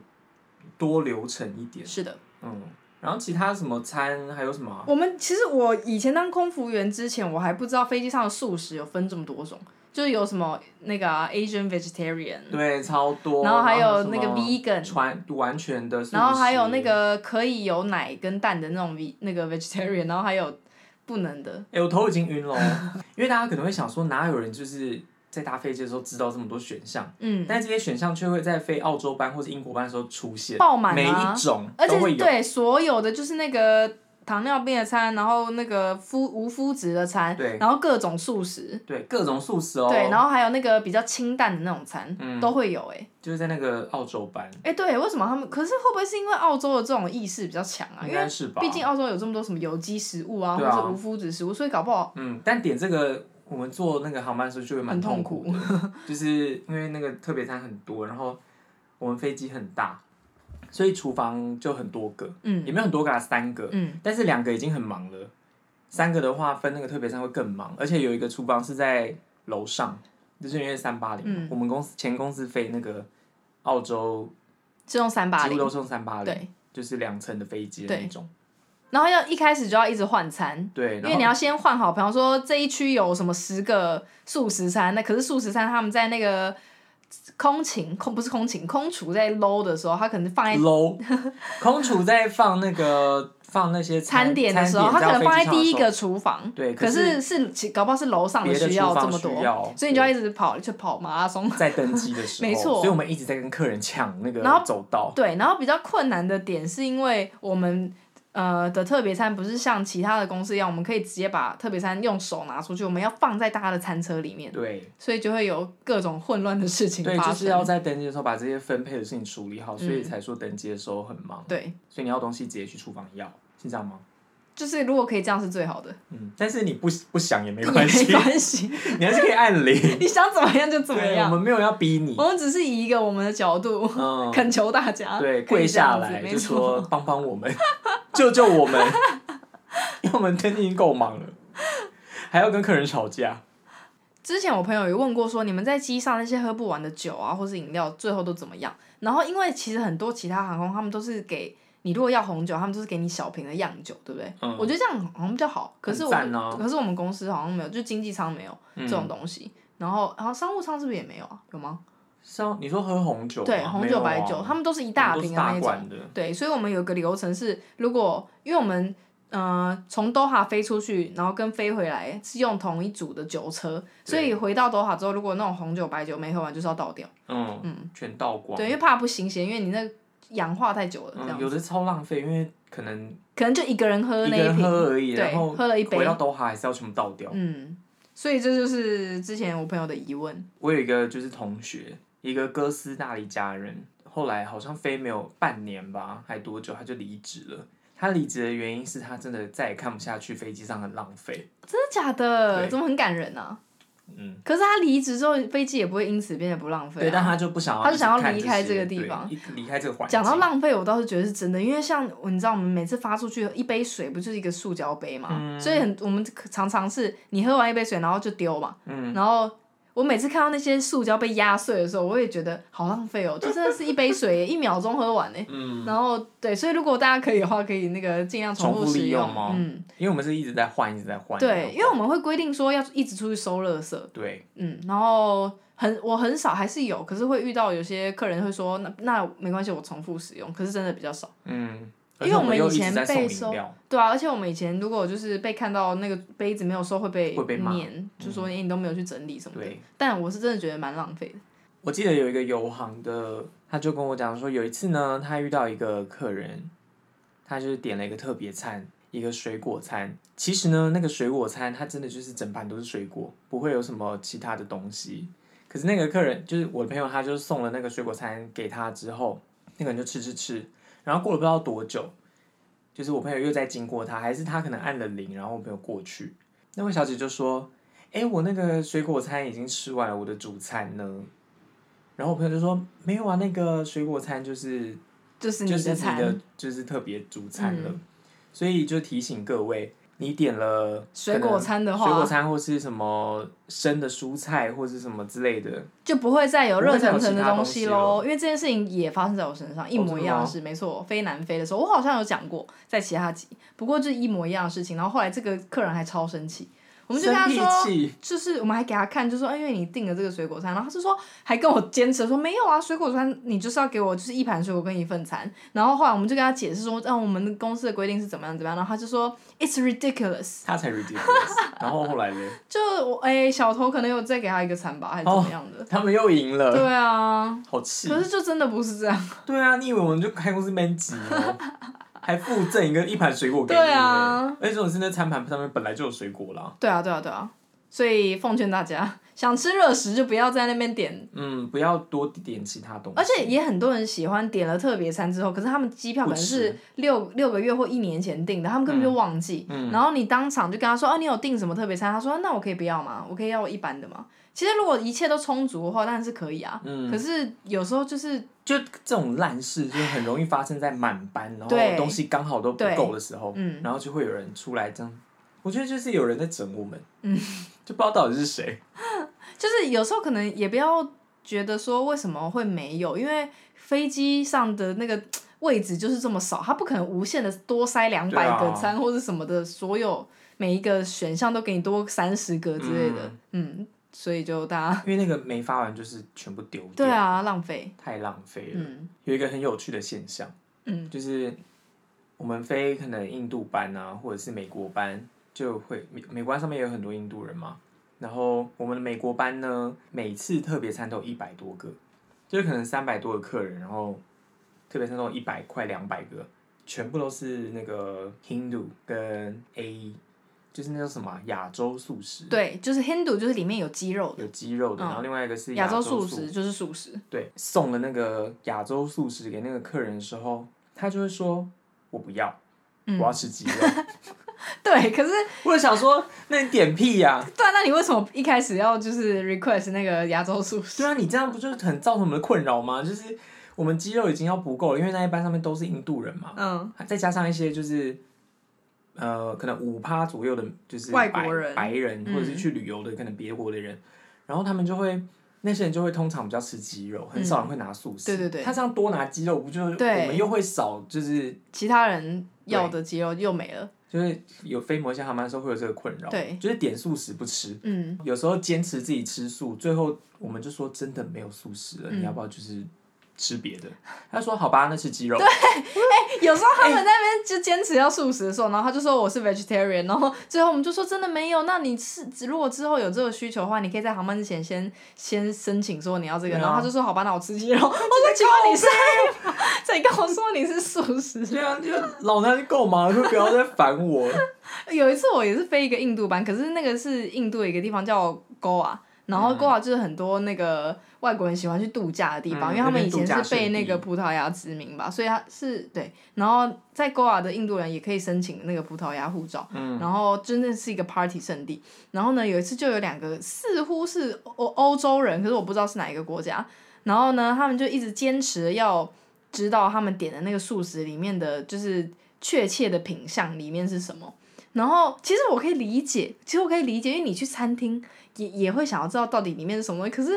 [SPEAKER 2] 多流程一点，
[SPEAKER 1] 是的，
[SPEAKER 2] 嗯，然后其他什么餐还有什么啊？
[SPEAKER 1] 我们其实我以前当空服员之前，我还不知道飞机上的素食有分这么多种，就是有什么那个啊、Asian vegetarian，
[SPEAKER 2] 对，超多。
[SPEAKER 1] 然后还有
[SPEAKER 2] 什
[SPEAKER 1] 那个
[SPEAKER 2] 么啊
[SPEAKER 1] vegan
[SPEAKER 2] 传完全的素食，
[SPEAKER 1] 然后还有那个可以有奶跟蛋的那种 v 那个 vegetarian，然后还有不能的。
[SPEAKER 2] 哎、我头已经晕了哦， [laughs] 因为大家可能会想说，哪有人就是在搭飞机的时候知道这么多选项？
[SPEAKER 1] 嗯，
[SPEAKER 2] 但这些选项却会在飞澳洲班或者英国班的时候出现，
[SPEAKER 1] 爆满啊
[SPEAKER 2] 每一种
[SPEAKER 1] 而
[SPEAKER 2] 都
[SPEAKER 1] 且
[SPEAKER 2] 会
[SPEAKER 1] 是
[SPEAKER 2] 有。
[SPEAKER 1] 对所有的就是那个糖尿病的餐，然后那个肤无麸质的餐
[SPEAKER 2] 对，
[SPEAKER 1] 然后各种素食，
[SPEAKER 2] 对，各种素食哦。嗯
[SPEAKER 1] 对，然后还有那个比较清淡的那种餐、都会有哎、
[SPEAKER 2] 就是在那个澳洲班，
[SPEAKER 1] 哎、对，为什么他们？可是会不会是因为澳洲的这种意识比较强啊？
[SPEAKER 2] 应
[SPEAKER 1] 因
[SPEAKER 2] 该
[SPEAKER 1] 为
[SPEAKER 2] 是吧？
[SPEAKER 1] 毕竟澳洲有这么多什么有机食物啊，
[SPEAKER 2] 对啊
[SPEAKER 1] 或是无麸质食物，所以搞不好
[SPEAKER 2] 嗯，但点这个，我们坐那个航班的时候就会蛮
[SPEAKER 1] 很痛
[SPEAKER 2] 苦的， [laughs] 就是因为那个特别餐很多，然后我们飞机很大，所以厨房就很多个，
[SPEAKER 1] 嗯
[SPEAKER 2] 也没有很多个啊，三个，
[SPEAKER 1] 嗯，
[SPEAKER 2] 但是两个已经很忙了，三个的话分那个特别餐会更忙，而且有一个厨房是在楼上，就是因为三八
[SPEAKER 1] 嗯
[SPEAKER 2] 零，我们公司前公司飞那个澳洲，
[SPEAKER 1] 是用三八
[SPEAKER 2] 几乎
[SPEAKER 1] 零，
[SPEAKER 2] 都是用三八零，
[SPEAKER 1] 对
[SPEAKER 2] 就是两层的飞机的那种，
[SPEAKER 1] 然后要一开始就要一直换餐，
[SPEAKER 2] 对，
[SPEAKER 1] 因
[SPEAKER 2] 然
[SPEAKER 1] 为
[SPEAKER 2] 后
[SPEAKER 1] 你要先换好，比方说这一区有什么十个素食餐，那可是素食餐他们在那个空勤空不是空勤空厨在搂的时候，他可能放在
[SPEAKER 2] low，空厨在放那个放那些
[SPEAKER 1] 餐点的
[SPEAKER 2] 餐
[SPEAKER 1] 时候，他可
[SPEAKER 2] 在
[SPEAKER 1] 能放在
[SPEAKER 2] 飞机上的
[SPEAKER 1] 第一
[SPEAKER 2] 时
[SPEAKER 1] 个厨房，
[SPEAKER 2] 对
[SPEAKER 1] 可
[SPEAKER 2] 可
[SPEAKER 1] 是是其搞不好是楼上
[SPEAKER 2] 别的
[SPEAKER 1] 需
[SPEAKER 2] 厨
[SPEAKER 1] 要这
[SPEAKER 2] 房
[SPEAKER 1] 么
[SPEAKER 2] 需
[SPEAKER 1] 多
[SPEAKER 2] 要，
[SPEAKER 1] 所以你就要一直跑去跑马拉松
[SPEAKER 2] 候。在登机的时候，
[SPEAKER 1] 没错
[SPEAKER 2] 所以我们一直在跟客人抢那
[SPEAKER 1] 然后
[SPEAKER 2] 个走道，
[SPEAKER 1] 对，然后比较困难的点是因为我们呃的特别餐不是像其他的公司一样，我们可以直接把特别餐用手拿出去，我们要放在大家的餐车里面，
[SPEAKER 2] 对
[SPEAKER 1] 所以就会有各种混乱的事情
[SPEAKER 2] 对，
[SPEAKER 1] 发
[SPEAKER 2] 就
[SPEAKER 1] 生。
[SPEAKER 2] 是要在登机的时候把这些分配的事情处理好，所
[SPEAKER 1] 嗯
[SPEAKER 2] 以才说登机的时候很忙，
[SPEAKER 1] 对，
[SPEAKER 2] 所以你要东西直接去厨房要，是这样吗？
[SPEAKER 1] 就是如果可以这样是最好的，
[SPEAKER 2] 嗯，但是你不不想也没
[SPEAKER 1] 也
[SPEAKER 2] 关系
[SPEAKER 1] 没，关
[SPEAKER 2] [laughs]
[SPEAKER 1] 系，
[SPEAKER 2] 你还是可以按铃，
[SPEAKER 1] 你想怎么样就怎么
[SPEAKER 2] 对，我
[SPEAKER 1] 样。哦
[SPEAKER 2] 们没有要逼你
[SPEAKER 1] 我，们只是以一个我们的角度 [laughs]
[SPEAKER 2] 嗯，
[SPEAKER 1] 恳求大家，啊
[SPEAKER 2] 对，
[SPEAKER 1] 可以
[SPEAKER 2] 跪
[SPEAKER 1] 这样
[SPEAKER 2] 下
[SPEAKER 1] 子
[SPEAKER 2] 来
[SPEAKER 1] 没
[SPEAKER 2] 就
[SPEAKER 1] 错
[SPEAKER 2] 说帮帮我们，救救我们， [laughs] 因为我们天已经够忙了，还要跟客人吵架。
[SPEAKER 1] 之前我朋友有问过说，你们在机上那些喝不完的酒啊，或是饮料，最后都怎么样？然后因为其实很多其他航空，他们都是给你，如果要红酒，他们都是给你小瓶的样酒，对不对？
[SPEAKER 2] 嗯
[SPEAKER 1] 我觉得这样好像比较好。可是我
[SPEAKER 2] 很
[SPEAKER 1] 们、
[SPEAKER 2] 赞啊
[SPEAKER 1] 可是我们公司好像没有，就经济舱没有
[SPEAKER 2] 嗯
[SPEAKER 1] 这种东西。然后，然后商务舱是不是也没有啊？有吗？
[SPEAKER 2] 像啊你说喝红酒吗，
[SPEAKER 1] 对，红
[SPEAKER 2] 没
[SPEAKER 1] 酒、
[SPEAKER 2] 有啊
[SPEAKER 1] 白酒，他们都是一
[SPEAKER 2] 一
[SPEAKER 1] 大瓶的那
[SPEAKER 2] 大
[SPEAKER 1] 一种。
[SPEAKER 2] 罐的，
[SPEAKER 1] 对，所以我们有个流程是，如果因为我们呃从 Doha 飞出去，然后跟飞回来是用同一组的酒车，所以回到 Doha 之后，如果那种红酒、白酒没喝完，就是要倒掉。
[SPEAKER 2] 嗯全倒光。
[SPEAKER 1] 对，因为怕不新鲜，因为你那个氧化太久了，这样、
[SPEAKER 2] 嗯，有的超浪费，因为可能
[SPEAKER 1] 可能就一个人喝
[SPEAKER 2] 一
[SPEAKER 1] 那一
[SPEAKER 2] 个人
[SPEAKER 1] 瓶，
[SPEAKER 2] 喝而已，
[SPEAKER 1] 对
[SPEAKER 2] 然后
[SPEAKER 1] 喝了一杯
[SPEAKER 2] 回到都哈还是要全部倒掉。
[SPEAKER 1] 嗯，所以这就是之前我朋友的疑问。
[SPEAKER 2] 我有一个就是同学，一个哥斯达黎加人，后来好像飞没有半年吧，还多久他就离职了。他离职的原因是他真的再也看不下去飞机上很浪费。
[SPEAKER 1] 真的假的？
[SPEAKER 2] 对
[SPEAKER 1] 怎么很感人啊？
[SPEAKER 2] 嗯，
[SPEAKER 1] 可是他离职之后，飞机也不会因此变得不浪费、啊。
[SPEAKER 2] 对，但他就不想要，
[SPEAKER 1] 他就想要
[SPEAKER 2] 一直看
[SPEAKER 1] 离开
[SPEAKER 2] 些
[SPEAKER 1] 这个地
[SPEAKER 2] 对
[SPEAKER 1] 方
[SPEAKER 2] 一离开这个环境。
[SPEAKER 1] 讲到浪费，我倒是觉得是真的，因为像你知道，我们每次发出去一杯水不就是一个塑胶杯嘛，
[SPEAKER 2] 嗯
[SPEAKER 1] 所以很我们常常是你喝完一杯水，然后就丢嘛，
[SPEAKER 2] 嗯
[SPEAKER 1] 然后我每次看到那些塑胶被压碎的时候，我也觉得好浪费哦，就真的是一杯水耶一秒钟喝完呢。
[SPEAKER 2] 嗯
[SPEAKER 1] 然后对，所以如果大家可以的话，可以那个尽量重
[SPEAKER 2] 重复
[SPEAKER 1] 使
[SPEAKER 2] 利用
[SPEAKER 1] 用，
[SPEAKER 2] 吗
[SPEAKER 1] 嗯，
[SPEAKER 2] 因为我们是一直在换，一直在换。
[SPEAKER 1] 对，因为我们会规定说要一直出去收垃圾，
[SPEAKER 2] 对，
[SPEAKER 1] 嗯，然后很我很少还是有，可是会遇到有些客人会说那那没关系，我重复使用，可是真的比较少。
[SPEAKER 2] 嗯，
[SPEAKER 1] 因为
[SPEAKER 2] 而且
[SPEAKER 1] 我
[SPEAKER 2] 我
[SPEAKER 1] 们
[SPEAKER 2] 又
[SPEAKER 1] 以
[SPEAKER 2] 一直
[SPEAKER 1] 前
[SPEAKER 2] 在送
[SPEAKER 1] 被
[SPEAKER 2] 饮
[SPEAKER 1] 收
[SPEAKER 2] 料，
[SPEAKER 1] 对啊，而且我们以前如果就是被看到那个杯子没有收，会被
[SPEAKER 2] 会被骂嗯
[SPEAKER 1] 念，就说哎你都没有去整理什么的
[SPEAKER 2] 对。
[SPEAKER 1] 但我是真的觉得蛮浪费的。
[SPEAKER 2] 我记得有一个游行的，他就跟我讲说，有一次呢，他遇到一个客人，他就是点了一个特别餐，一个水果餐。其实呢，那个水果餐它真的就是整盘都是水果，不会有什么其他的东西。可是那个客人就是我的朋友，他就送了那个水果餐给他之后，那个人就吃吃吃，然后过了不知道多久，就是我朋友又在经过他，还是他可能按了铃，然后我朋友过去，那位小姐就说：“哎、我那个水果餐已经吃完了，我的主餐呢？”然后我朋友就说：“没有啊，那个水果餐就是
[SPEAKER 1] 就是你
[SPEAKER 2] 就是
[SPEAKER 1] 的
[SPEAKER 2] 你
[SPEAKER 1] 餐，嗯
[SPEAKER 2] 的就是特别主餐了，所以就提醒各位，你点了
[SPEAKER 1] 水果餐的
[SPEAKER 2] 可能水果
[SPEAKER 1] 话，
[SPEAKER 2] 餐或是什么生的蔬菜或是什么之类的，
[SPEAKER 1] 就不会再有热腾腾的东
[SPEAKER 2] 不会再有其他东
[SPEAKER 1] 喽
[SPEAKER 2] 西。哦
[SPEAKER 1] 因为这件事情也发生在我身上，一模一样的事，没错。飞南非的时候，我好像有讲过，在其他集，不过就一模一样的事情。然后后来这个客人还超生气，我们就跟他
[SPEAKER 2] 生
[SPEAKER 1] 说，
[SPEAKER 2] 脾气，
[SPEAKER 1] 就是我们还给他看，就说，哎，因为你订了这个水果餐，然后他就说，还跟我坚持说没有啊，水果餐你就是要给我就是一盘水果跟一份餐。然后后来我们就跟他解释说，让、我们公司的规定是怎么样怎么样，然后他就说，It's ridiculous。
[SPEAKER 2] 他才 ridiculous。然 [laughs] 后后来呢，
[SPEAKER 1] 就我哎、小头可能有再给他一个餐吧，还是怎么样的？
[SPEAKER 2] 他们又赢了，
[SPEAKER 1] 对啊，
[SPEAKER 2] 好气
[SPEAKER 1] 可。是就真的不是这样。
[SPEAKER 2] 对啊，你以为我们就开公司没挤哦？还附赠一个一盘水果给你呢，
[SPEAKER 1] 对啊
[SPEAKER 2] 而且我是那餐盘上面本来就有水果啦。
[SPEAKER 1] 对啊，对啊，对啊。所以奉劝大家，想吃热食就不要在那边点，
[SPEAKER 2] 嗯，不要多点其他东西。
[SPEAKER 1] 而且也很多人喜欢点了特别餐之后，可是他们机票可能是
[SPEAKER 2] 不吃嗯
[SPEAKER 1] 六六个月或一年前订的，他们根本就忘记。然后你当场就跟他说：“哦、你有订什么特别餐？”他说：“哦那我可以不要吗？我可以要一般的吗？”其实如果一切都充足的话，当然是可以啊。
[SPEAKER 2] 嗯
[SPEAKER 1] 可是有时候就是
[SPEAKER 2] 就这种烂事，就很容易发生在满班，然后
[SPEAKER 1] 对
[SPEAKER 2] 东西刚好都不够的时候，
[SPEAKER 1] 嗯
[SPEAKER 2] 然后就会有人出来这样。我觉得就是有人在整我们，
[SPEAKER 1] 嗯
[SPEAKER 2] 就不知道到底是谁。
[SPEAKER 1] 就是有时候可能也不要觉得说为什么会没有，因为飞机上的那个位置就是这么少，它不可能无限的多塞两百
[SPEAKER 2] 对
[SPEAKER 1] 个
[SPEAKER 2] 啊
[SPEAKER 1] 餐、或者什么的，所有每一个选项都给你多三十个之类的，嗯所以就大家
[SPEAKER 2] 因为那个没发完就是全部丢掉，
[SPEAKER 1] 对啊，浪费，
[SPEAKER 2] 太浪费了。
[SPEAKER 1] 嗯
[SPEAKER 2] 有一个很有趣的现象，
[SPEAKER 1] 嗯，
[SPEAKER 2] 就是我们飞可能印度班啊，或者是美国班，就会美美国班上面也有很多印度人嘛。然后我们的美国班呢，每次特别餐都有一百多个，就是可能三百多个客人，然后特别餐都一百快两百个，全部都是那个 Hindu 跟 A，就是那叫什么啊亚洲素食，
[SPEAKER 1] 对，就是 Hindu 就是里面有鸡肉的，
[SPEAKER 2] 有鸡肉的，
[SPEAKER 1] 嗯
[SPEAKER 2] 然后另外一个是
[SPEAKER 1] 亚洲
[SPEAKER 2] 素
[SPEAKER 1] 素食就是素食， [laughs]
[SPEAKER 2] 对，送了那个亚洲素食给那个客人的时候，他就会说：“我不要，
[SPEAKER 1] 嗯
[SPEAKER 2] 我要吃鸡肉。 [laughs]
[SPEAKER 1] 对，可是
[SPEAKER 2] 我就想说，那你点屁呀、
[SPEAKER 1] 对啊，那你为什么一开始要就是 request 那个亚洲素食？
[SPEAKER 2] 对啊，你这样不就是很造成我们的困扰吗？就是我们鸡肉已经要不够了，因为那一班上面都是印度人嘛，
[SPEAKER 1] 嗯，
[SPEAKER 2] 再加上一些就是。呃，可能五趴左右的，就是
[SPEAKER 1] 外
[SPEAKER 2] 白
[SPEAKER 1] 国人嗯
[SPEAKER 2] 白人，或者是去旅游的，可能别国的人，然后他们就会那些人就会通常比较吃鸡肉，很少人会拿素食。
[SPEAKER 1] 对对对
[SPEAKER 2] 他这样多拿鸡肉，不就是
[SPEAKER 1] 对
[SPEAKER 2] 我们又会少，就是
[SPEAKER 1] 其他人要的鸡肉又没了，
[SPEAKER 2] 就是有飞摩西航班的时候会有这个困扰，
[SPEAKER 1] 对
[SPEAKER 2] 就是点素食不吃，
[SPEAKER 1] 嗯，
[SPEAKER 2] 有时候坚持自己吃素，最后我们就说真的没有素食了，
[SPEAKER 1] 嗯
[SPEAKER 2] 你要不要就是吃别的？他说好吧，那吃鸡肉，
[SPEAKER 1] [laughs] 有时候他们在那边就坚持要素食的时候，然后他就说我是 vegetarian，然后最后我们就说真的没有，那你是如果之后有这个需求的话，你可以在航班之前先先申请说你要这个，
[SPEAKER 2] 对啊
[SPEAKER 1] 然后他就说好吧，那我吃鸡肉。我说请问你是 [laughs] 谁跟我说你是素食？
[SPEAKER 2] 对啊，就老娘就够忙了，就不要再烦我。
[SPEAKER 1] 有一次我也是飞一个印度班，可是那个是印度一个地方叫 Goa，然
[SPEAKER 2] 嗯
[SPEAKER 1] 后 Goa 就是很多那个外国人喜欢去度假的地方，
[SPEAKER 2] 嗯
[SPEAKER 1] 因为他们以前
[SPEAKER 2] 那边度假
[SPEAKER 1] 是
[SPEAKER 2] 胜地
[SPEAKER 1] 被那个葡萄牙殖民吧，所以他是对，然后在 Goa 的印度人也可以申请那个葡萄牙护照，
[SPEAKER 2] 嗯
[SPEAKER 1] 然后真的是一个 party 圣地。然后呢，有一次就有两个似乎是欧欧洲人，可是我不知道是哪一个国家，然后呢，他们就一直坚持要知道他们点的那个素食里面的就是确切的品相里面是什么。然后其实我可以理解，其实我可以理解，因为你去餐厅也也会想要知道到底里面是什么东西。可是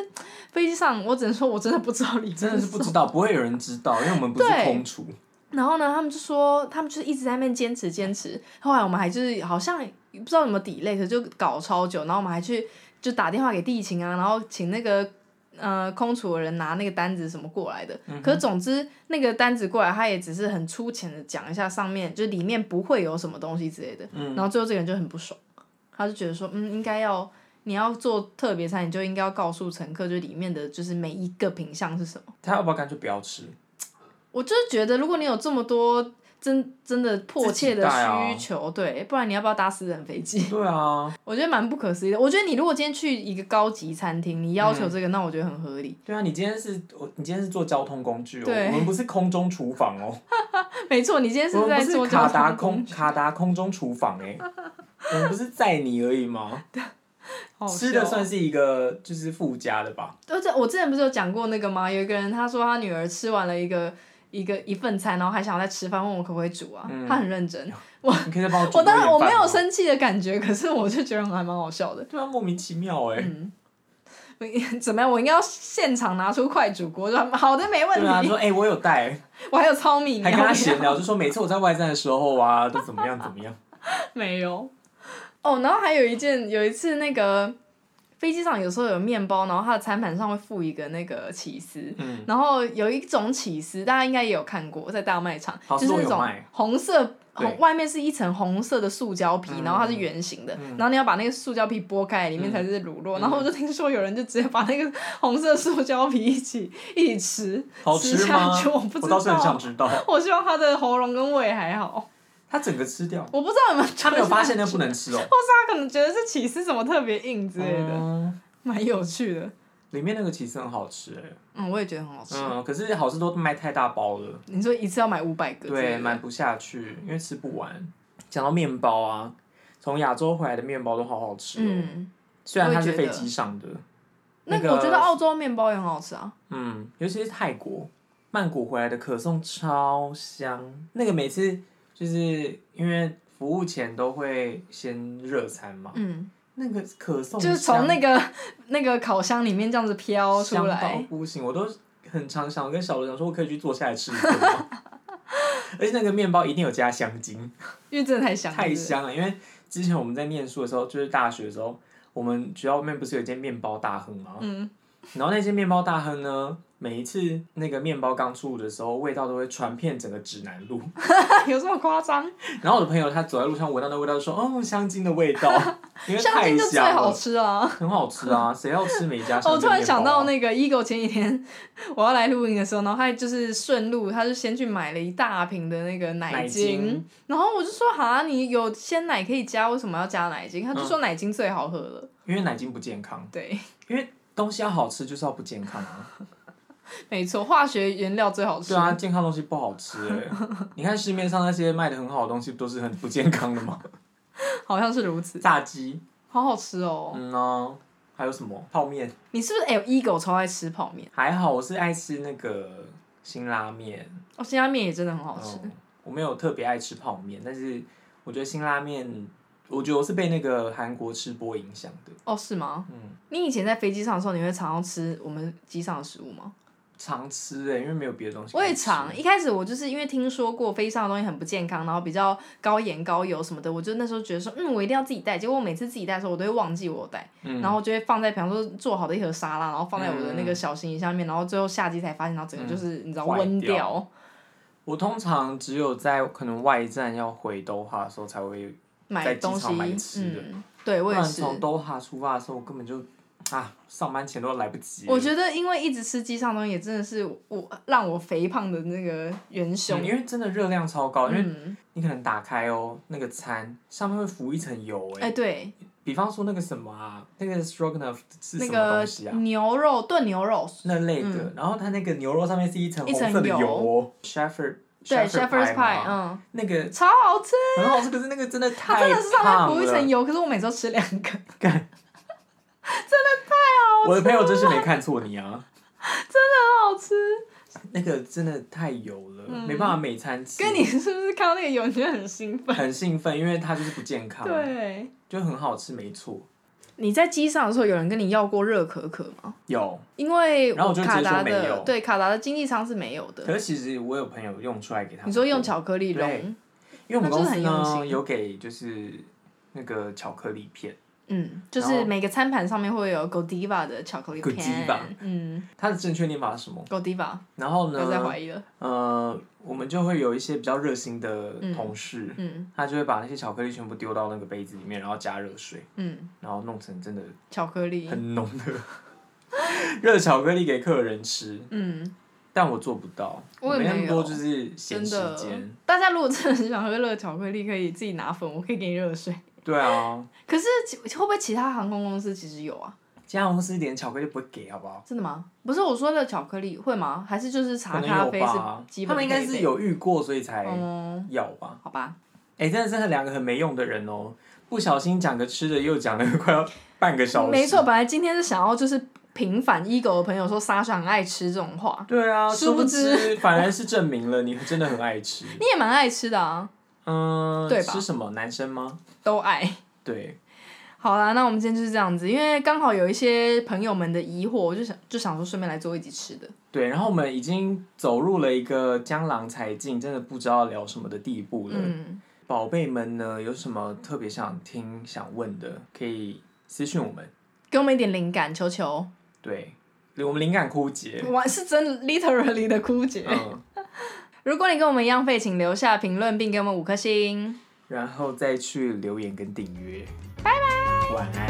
[SPEAKER 1] 飞机上，我只能说我真的不知道里面
[SPEAKER 2] 真的是
[SPEAKER 1] 什
[SPEAKER 2] 不
[SPEAKER 1] 么
[SPEAKER 2] 知道，不会有人知道，因为我们不是
[SPEAKER 1] 对
[SPEAKER 2] 空厨，
[SPEAKER 1] 然后呢，他们就说，他们就是一直在那边坚持坚持。后来我们还就是好像不知道有没有 delay，可是就搞超久。然后我们还去就打电话给地勤啊，然后请那个呃空厨的人拿那个单子什么过来的。可是总之那个单子过来，他也只是很粗浅的讲一下上面就里面不会有什么东西之类的。然后最后这个人就很不爽，他就觉得说，嗯，应该要。你要做特别餐，你就应该要告诉乘客，就里面的就是每一个品相是什么。
[SPEAKER 2] 他要不要干脆不要吃？
[SPEAKER 1] 我就是觉得，如果你有这么多真真的迫切的
[SPEAKER 2] 啊
[SPEAKER 1] 需求，对，不然你要不要搭私人飞机？ [laughs]
[SPEAKER 2] 对啊，
[SPEAKER 1] 我觉得蛮不可思议的。我觉得你如果今天去一个高级餐厅，你要求这个，那我觉得很合理。 [laughs]
[SPEAKER 2] 对啊，你今天是我，你今天是做交通工具哦，
[SPEAKER 1] 对
[SPEAKER 2] 我们不是空中厨房哦，
[SPEAKER 1] 没错，你今天
[SPEAKER 2] 我们
[SPEAKER 1] 在
[SPEAKER 2] 不
[SPEAKER 1] 做
[SPEAKER 2] 是卡
[SPEAKER 1] 交
[SPEAKER 2] 达
[SPEAKER 1] 通
[SPEAKER 2] 空
[SPEAKER 1] 工具，
[SPEAKER 2] 卡达空中厨房哎、我们不是载你而已吗？
[SPEAKER 1] 好
[SPEAKER 2] 吃的
[SPEAKER 1] 笑
[SPEAKER 2] 算是一个就是附加的吧。
[SPEAKER 1] 而且我之前不是有讲过那个吗？有一个人他说他女儿吃完了一个一个一份餐，然后还想要再吃饭，问我可不可以煮啊？
[SPEAKER 2] 嗯
[SPEAKER 1] 他很认真。
[SPEAKER 2] 你可以再帮我煮
[SPEAKER 1] 我
[SPEAKER 2] 多一
[SPEAKER 1] 当然
[SPEAKER 2] 点
[SPEAKER 1] 我没有
[SPEAKER 2] 饭吗哦
[SPEAKER 1] 生气的感觉，可 [laughs] 是我就觉得还蛮好笑的。 [laughs]
[SPEAKER 2] 对啊，莫名其妙哎、
[SPEAKER 1] 嗯，怎么样？我应该要现场拿出快煮锅， [laughs] 说好的，没问
[SPEAKER 2] [laughs] 对啊，
[SPEAKER 1] 题。
[SPEAKER 2] 说哎、我有带，
[SPEAKER 1] [laughs] 我还有糙米，
[SPEAKER 2] 还
[SPEAKER 1] 你要
[SPEAKER 2] 跟
[SPEAKER 1] 不
[SPEAKER 2] 他
[SPEAKER 1] 要
[SPEAKER 2] 闲聊，就 [laughs] 说每次我在外站的时候啊，都怎么样怎么样。
[SPEAKER 1] [laughs] 没有。哦，然后还有一件，有一次那个飞机上有时候有面包，然后它的餐盘上会附一个那个起司，
[SPEAKER 2] 嗯，
[SPEAKER 1] 然后有一种起司，大家应该也有看过，在大卖场，
[SPEAKER 2] 好
[SPEAKER 1] 就是
[SPEAKER 2] 我
[SPEAKER 1] 那
[SPEAKER 2] 有
[SPEAKER 1] 种
[SPEAKER 2] 卖
[SPEAKER 1] 红色。
[SPEAKER 2] 对
[SPEAKER 1] 红外面是一层红色的塑胶皮，
[SPEAKER 2] 嗯
[SPEAKER 1] 然后它是圆形的，
[SPEAKER 2] 嗯
[SPEAKER 1] 然后你要把那个塑胶皮剥开，里面才是乳酪。
[SPEAKER 2] 嗯
[SPEAKER 1] 然后我就听说有人就直接把那个红色塑胶皮一起一起吃，
[SPEAKER 2] 好
[SPEAKER 1] 吃
[SPEAKER 2] 吃
[SPEAKER 1] 下
[SPEAKER 2] 吗
[SPEAKER 1] 去？？我不知
[SPEAKER 2] 我
[SPEAKER 1] 道，
[SPEAKER 2] 倒是很想知道。
[SPEAKER 1] 我希望他的喉咙跟胃还好。
[SPEAKER 2] 他整个吃掉，
[SPEAKER 1] 我不知道有没有
[SPEAKER 2] 他没有发现那不
[SPEAKER 1] 能，
[SPEAKER 2] 能吃 [laughs] 哦、
[SPEAKER 1] 或是他可能觉得是起司什么特别硬之类的，
[SPEAKER 2] 嗯
[SPEAKER 1] 蛮、有趣的。
[SPEAKER 2] 里面那个其实很好吃哎、
[SPEAKER 1] 嗯，我也觉得很好吃。
[SPEAKER 2] 嗯，可是好吃都卖太大包了。
[SPEAKER 1] 你说一次要买五百个之类的，
[SPEAKER 2] 对，买不下去，因为吃不完。讲到面包啊，从亚洲回来的面包都好好吃哦、
[SPEAKER 1] 嗯，
[SPEAKER 2] 虽然它
[SPEAKER 1] 我
[SPEAKER 2] 是
[SPEAKER 1] 也觉
[SPEAKER 2] 飞
[SPEAKER 1] 得
[SPEAKER 2] 机上的。
[SPEAKER 1] 那
[SPEAKER 2] 个
[SPEAKER 1] 我觉得澳洲面包也很好吃啊。
[SPEAKER 2] 嗯，尤其是泰国曼谷回来的可颂超香，那个每次就是因为服务前都会先热餐嘛，
[SPEAKER 1] 嗯，
[SPEAKER 2] 那个可颂
[SPEAKER 1] 就是从那个 [laughs] 那个烤箱里面这样子飘
[SPEAKER 2] 包
[SPEAKER 1] 出
[SPEAKER 2] 香到
[SPEAKER 1] 来。
[SPEAKER 2] 不行，我都很常想跟小罗讲说，我可以去坐下来吃一顿吗。 [laughs] 而且那个面包一定有加香精，
[SPEAKER 1] 因为真的太香了，
[SPEAKER 2] 太
[SPEAKER 1] 是不是
[SPEAKER 2] 香了。因为之前我们在念书的时候，就是大学的时候，我们学校外面不是有一间面包大亨吗？
[SPEAKER 1] 嗯，
[SPEAKER 2] 然后那间面包大亨呢，每一次那个面包刚出炉的时候，味道都会传遍整个指南路。
[SPEAKER 1] [laughs]
[SPEAKER 2] [laughs]
[SPEAKER 1] 有这么夸张？
[SPEAKER 2] 然后我的朋友他走在路上闻到那味道，就说：“哦，香精的味道，
[SPEAKER 1] [laughs]
[SPEAKER 2] 因为
[SPEAKER 1] 香
[SPEAKER 2] 太
[SPEAKER 1] 精就最
[SPEAKER 2] 香
[SPEAKER 1] 好
[SPEAKER 2] 了，
[SPEAKER 1] 吃啊！
[SPEAKER 2] 很好吃啊！谁要吃没加香精、
[SPEAKER 1] [laughs]
[SPEAKER 2] 啊
[SPEAKER 1] 我突然想到，那个 Ego 前几天我要来录音的时候，然后他就是顺路，他就先去买了一大瓶的那个奶
[SPEAKER 2] 奶
[SPEAKER 1] 精，
[SPEAKER 2] 精
[SPEAKER 1] 然后我就说哈，你有鲜奶可以加，为什么要加奶
[SPEAKER 2] 嗯
[SPEAKER 1] 精？他就说奶精最好喝了。
[SPEAKER 2] 因为奶精不健康，
[SPEAKER 1] 对，
[SPEAKER 2] 东西要好吃就是要不健康啊。”
[SPEAKER 1] 没错，化学原料最好吃。
[SPEAKER 2] 对啊，健康东西不好
[SPEAKER 1] [laughs]
[SPEAKER 2] 吃、欸。你看市面上那些卖的很好的东西，不都是很不健康的
[SPEAKER 1] [laughs]
[SPEAKER 2] 吗？
[SPEAKER 1] 好像是如此，
[SPEAKER 2] 炸鸡，
[SPEAKER 1] 好好吃哦。
[SPEAKER 2] 嗯哦、还有什么泡面？
[SPEAKER 1] 你是不是哎、Ego 超爱吃泡面？
[SPEAKER 2] 还好我是爱吃那个辛拉面，
[SPEAKER 1] 哦，新疆面也真的很好吃。
[SPEAKER 2] 嗯我没有特别爱吃泡面，但是我觉得辛拉面，我觉得我是被那个韩国吃播影响的。
[SPEAKER 1] 哦，是吗？
[SPEAKER 2] 嗯，
[SPEAKER 1] 你以前在飞机上的时候，你会常常吃我们机上的食物吗？
[SPEAKER 2] 常吃哎、因为没有别的东西可
[SPEAKER 1] 我
[SPEAKER 2] 以
[SPEAKER 1] 也
[SPEAKER 2] 吃。
[SPEAKER 1] 常，一开始我就是因为听说过飞机上的东西很不健康，然后比较高盐高油什么的，我就那时候觉得说，嗯，我一定要自己带。结果我每次自己带的时候，我都会忘记我有带，
[SPEAKER 2] 嗯
[SPEAKER 1] 然后就会放在，比方说做好的一盒沙拉，然后放在我的那个小行李箱里面，然后最后下机才发现，然后整个就是、你知道
[SPEAKER 2] 嗯坏
[SPEAKER 1] 温
[SPEAKER 2] 掉
[SPEAKER 1] 掉，
[SPEAKER 2] 我通常只有在可能外站要回都哈的时候才会，
[SPEAKER 1] 买
[SPEAKER 2] 在机
[SPEAKER 1] 东西
[SPEAKER 2] 场买吃的，
[SPEAKER 1] 嗯，对
[SPEAKER 2] 不
[SPEAKER 1] 我也
[SPEAKER 2] 然
[SPEAKER 1] 是。
[SPEAKER 2] 从都哈出发的时候，我根本就啊上班前都来不及了。
[SPEAKER 1] 我觉得，因为一直吃机上东西，也真的是我让我肥胖的那个元凶
[SPEAKER 2] 嗯。因为真的热量超高，因为
[SPEAKER 1] 嗯，
[SPEAKER 2] 你可能打开哦，那个餐上面会浮一层油哎、
[SPEAKER 1] 哎，对，
[SPEAKER 2] 比方说那个什么啊，那个 stroganoff 是
[SPEAKER 1] 那
[SPEAKER 2] 什么
[SPEAKER 1] 个嗯
[SPEAKER 2] 东西啊？
[SPEAKER 1] 牛肉炖牛肉，
[SPEAKER 2] 那类的，然后它那个牛肉上面是一层
[SPEAKER 1] 一
[SPEAKER 2] 红
[SPEAKER 1] 层
[SPEAKER 2] 色的
[SPEAKER 1] 油
[SPEAKER 2] 哦 s h e f e r
[SPEAKER 1] 对 shepherd's pie，
[SPEAKER 2] 嘛，
[SPEAKER 1] 嗯，
[SPEAKER 2] 那个
[SPEAKER 1] 超好吃。
[SPEAKER 2] 很好吃，可是那个真的
[SPEAKER 1] 它
[SPEAKER 2] 太
[SPEAKER 1] 真的是上面
[SPEAKER 2] 胖
[SPEAKER 1] 浮一层
[SPEAKER 2] 了。
[SPEAKER 1] 油，可是我每周吃两个， [laughs]
[SPEAKER 2] 我的朋友真是没看错你啊，
[SPEAKER 1] 很 [laughs] 好吃。
[SPEAKER 2] 那个真的太油了，
[SPEAKER 1] 嗯
[SPEAKER 2] 没办法每餐
[SPEAKER 1] [laughs]
[SPEAKER 2] 吃。
[SPEAKER 1] 跟你是不是看到那个油，你觉得很兴 [laughs] 奋？
[SPEAKER 2] 很兴奋，因为它就是不健康，
[SPEAKER 1] 对。
[SPEAKER 2] 就很好吃，没错。
[SPEAKER 1] 你在机上的时候，有人跟你要过热可可吗？
[SPEAKER 2] 有，
[SPEAKER 1] 因为
[SPEAKER 2] 然后我就直接
[SPEAKER 1] 卡达
[SPEAKER 2] 说没
[SPEAKER 1] 的
[SPEAKER 2] 有
[SPEAKER 1] 对卡达的经济舱是没有的。
[SPEAKER 2] 可是其实我有朋友用出来给他们。
[SPEAKER 1] 你说用巧克力
[SPEAKER 2] 对
[SPEAKER 1] 蓉，
[SPEAKER 2] 因为我们
[SPEAKER 1] 那就
[SPEAKER 2] 公
[SPEAKER 1] 是
[SPEAKER 2] 司
[SPEAKER 1] 很用
[SPEAKER 2] 呢
[SPEAKER 1] 心
[SPEAKER 2] 有给就是那个巧克力片，
[SPEAKER 1] 嗯，就
[SPEAKER 2] 然
[SPEAKER 1] 是
[SPEAKER 2] 后
[SPEAKER 1] 每个餐盘上面会有 Godiva 的巧克力片
[SPEAKER 2] Godiva，
[SPEAKER 1] 嗯
[SPEAKER 2] 它的正确念法是什么？
[SPEAKER 1] ，Godiva
[SPEAKER 2] 然后
[SPEAKER 1] 不要再怀
[SPEAKER 2] 呢，
[SPEAKER 1] 疑了，
[SPEAKER 2] 呃，我们就会有一些比较热心的同事，
[SPEAKER 1] 嗯
[SPEAKER 2] 他就会把那些巧克力全部丢到那个杯子里面，然后加热水，
[SPEAKER 1] 嗯，
[SPEAKER 2] 然后弄成真的
[SPEAKER 1] 巧克力，
[SPEAKER 2] 很浓的 [laughs] 热巧克力给客人吃。
[SPEAKER 1] 嗯，
[SPEAKER 2] 但我做不到，
[SPEAKER 1] 我也
[SPEAKER 2] 没那
[SPEAKER 1] 没
[SPEAKER 2] 么
[SPEAKER 1] 有
[SPEAKER 2] 多就是闲
[SPEAKER 1] 真
[SPEAKER 2] 时
[SPEAKER 1] 的
[SPEAKER 2] 间。，
[SPEAKER 1] 大家如果真的很想喝热巧克力，可以自己拿粉，我可以给你热水。
[SPEAKER 2] 对啊，
[SPEAKER 1] 可是其会不会其他航空公司其实有啊？
[SPEAKER 2] 家航公司连巧克力都不会给，好不好？
[SPEAKER 1] 真的吗？不是我说的巧克力会吗？还是就是
[SPEAKER 2] 可
[SPEAKER 1] 茶
[SPEAKER 2] 能
[SPEAKER 1] 咖
[SPEAKER 2] 有
[SPEAKER 1] 啡
[SPEAKER 2] 吧
[SPEAKER 1] 是基，本？
[SPEAKER 2] 他们应该是。有遇过，所以才
[SPEAKER 1] 哦、
[SPEAKER 2] 要吧。
[SPEAKER 1] 好吧，
[SPEAKER 2] 哎、真的是两个很没用的人哦，不小心讲个吃的，又讲了快要半个小时。
[SPEAKER 1] 没错，，本来今天是想要就是平反 ego 的朋友说莎莎很爱吃这种话，
[SPEAKER 2] 对啊，
[SPEAKER 1] 殊
[SPEAKER 2] 殊
[SPEAKER 1] 不
[SPEAKER 2] 不
[SPEAKER 1] 知 [laughs]
[SPEAKER 2] 知反而是证明了你真的很爱吃。
[SPEAKER 1] 你也蛮爱吃的啊，
[SPEAKER 2] 嗯，
[SPEAKER 1] 对吧
[SPEAKER 2] 吃什么？男生吗？
[SPEAKER 1] 都爱。
[SPEAKER 2] 对，
[SPEAKER 1] 好啦，那我们今天就是这样子，因为刚好有一些朋友们的疑惑，我就想就想说顺便来做一集吃的。
[SPEAKER 2] 对。然后我们已经走入了一个江郎才尽，真的不知道聊什么的地步了。
[SPEAKER 1] 嗯，
[SPEAKER 2] 宝贝们呢，有什么特别想听、想问的，可以私信我们。
[SPEAKER 1] 给我们一点灵感，求求。
[SPEAKER 2] 对，我们灵感枯竭。
[SPEAKER 1] 我是真的 literally 的枯竭。
[SPEAKER 2] 嗯，
[SPEAKER 1] 如果你跟我们一样废，请留下评论并给我们五颗星。
[SPEAKER 2] 然后再去留言跟订阅。拜拜，晚安。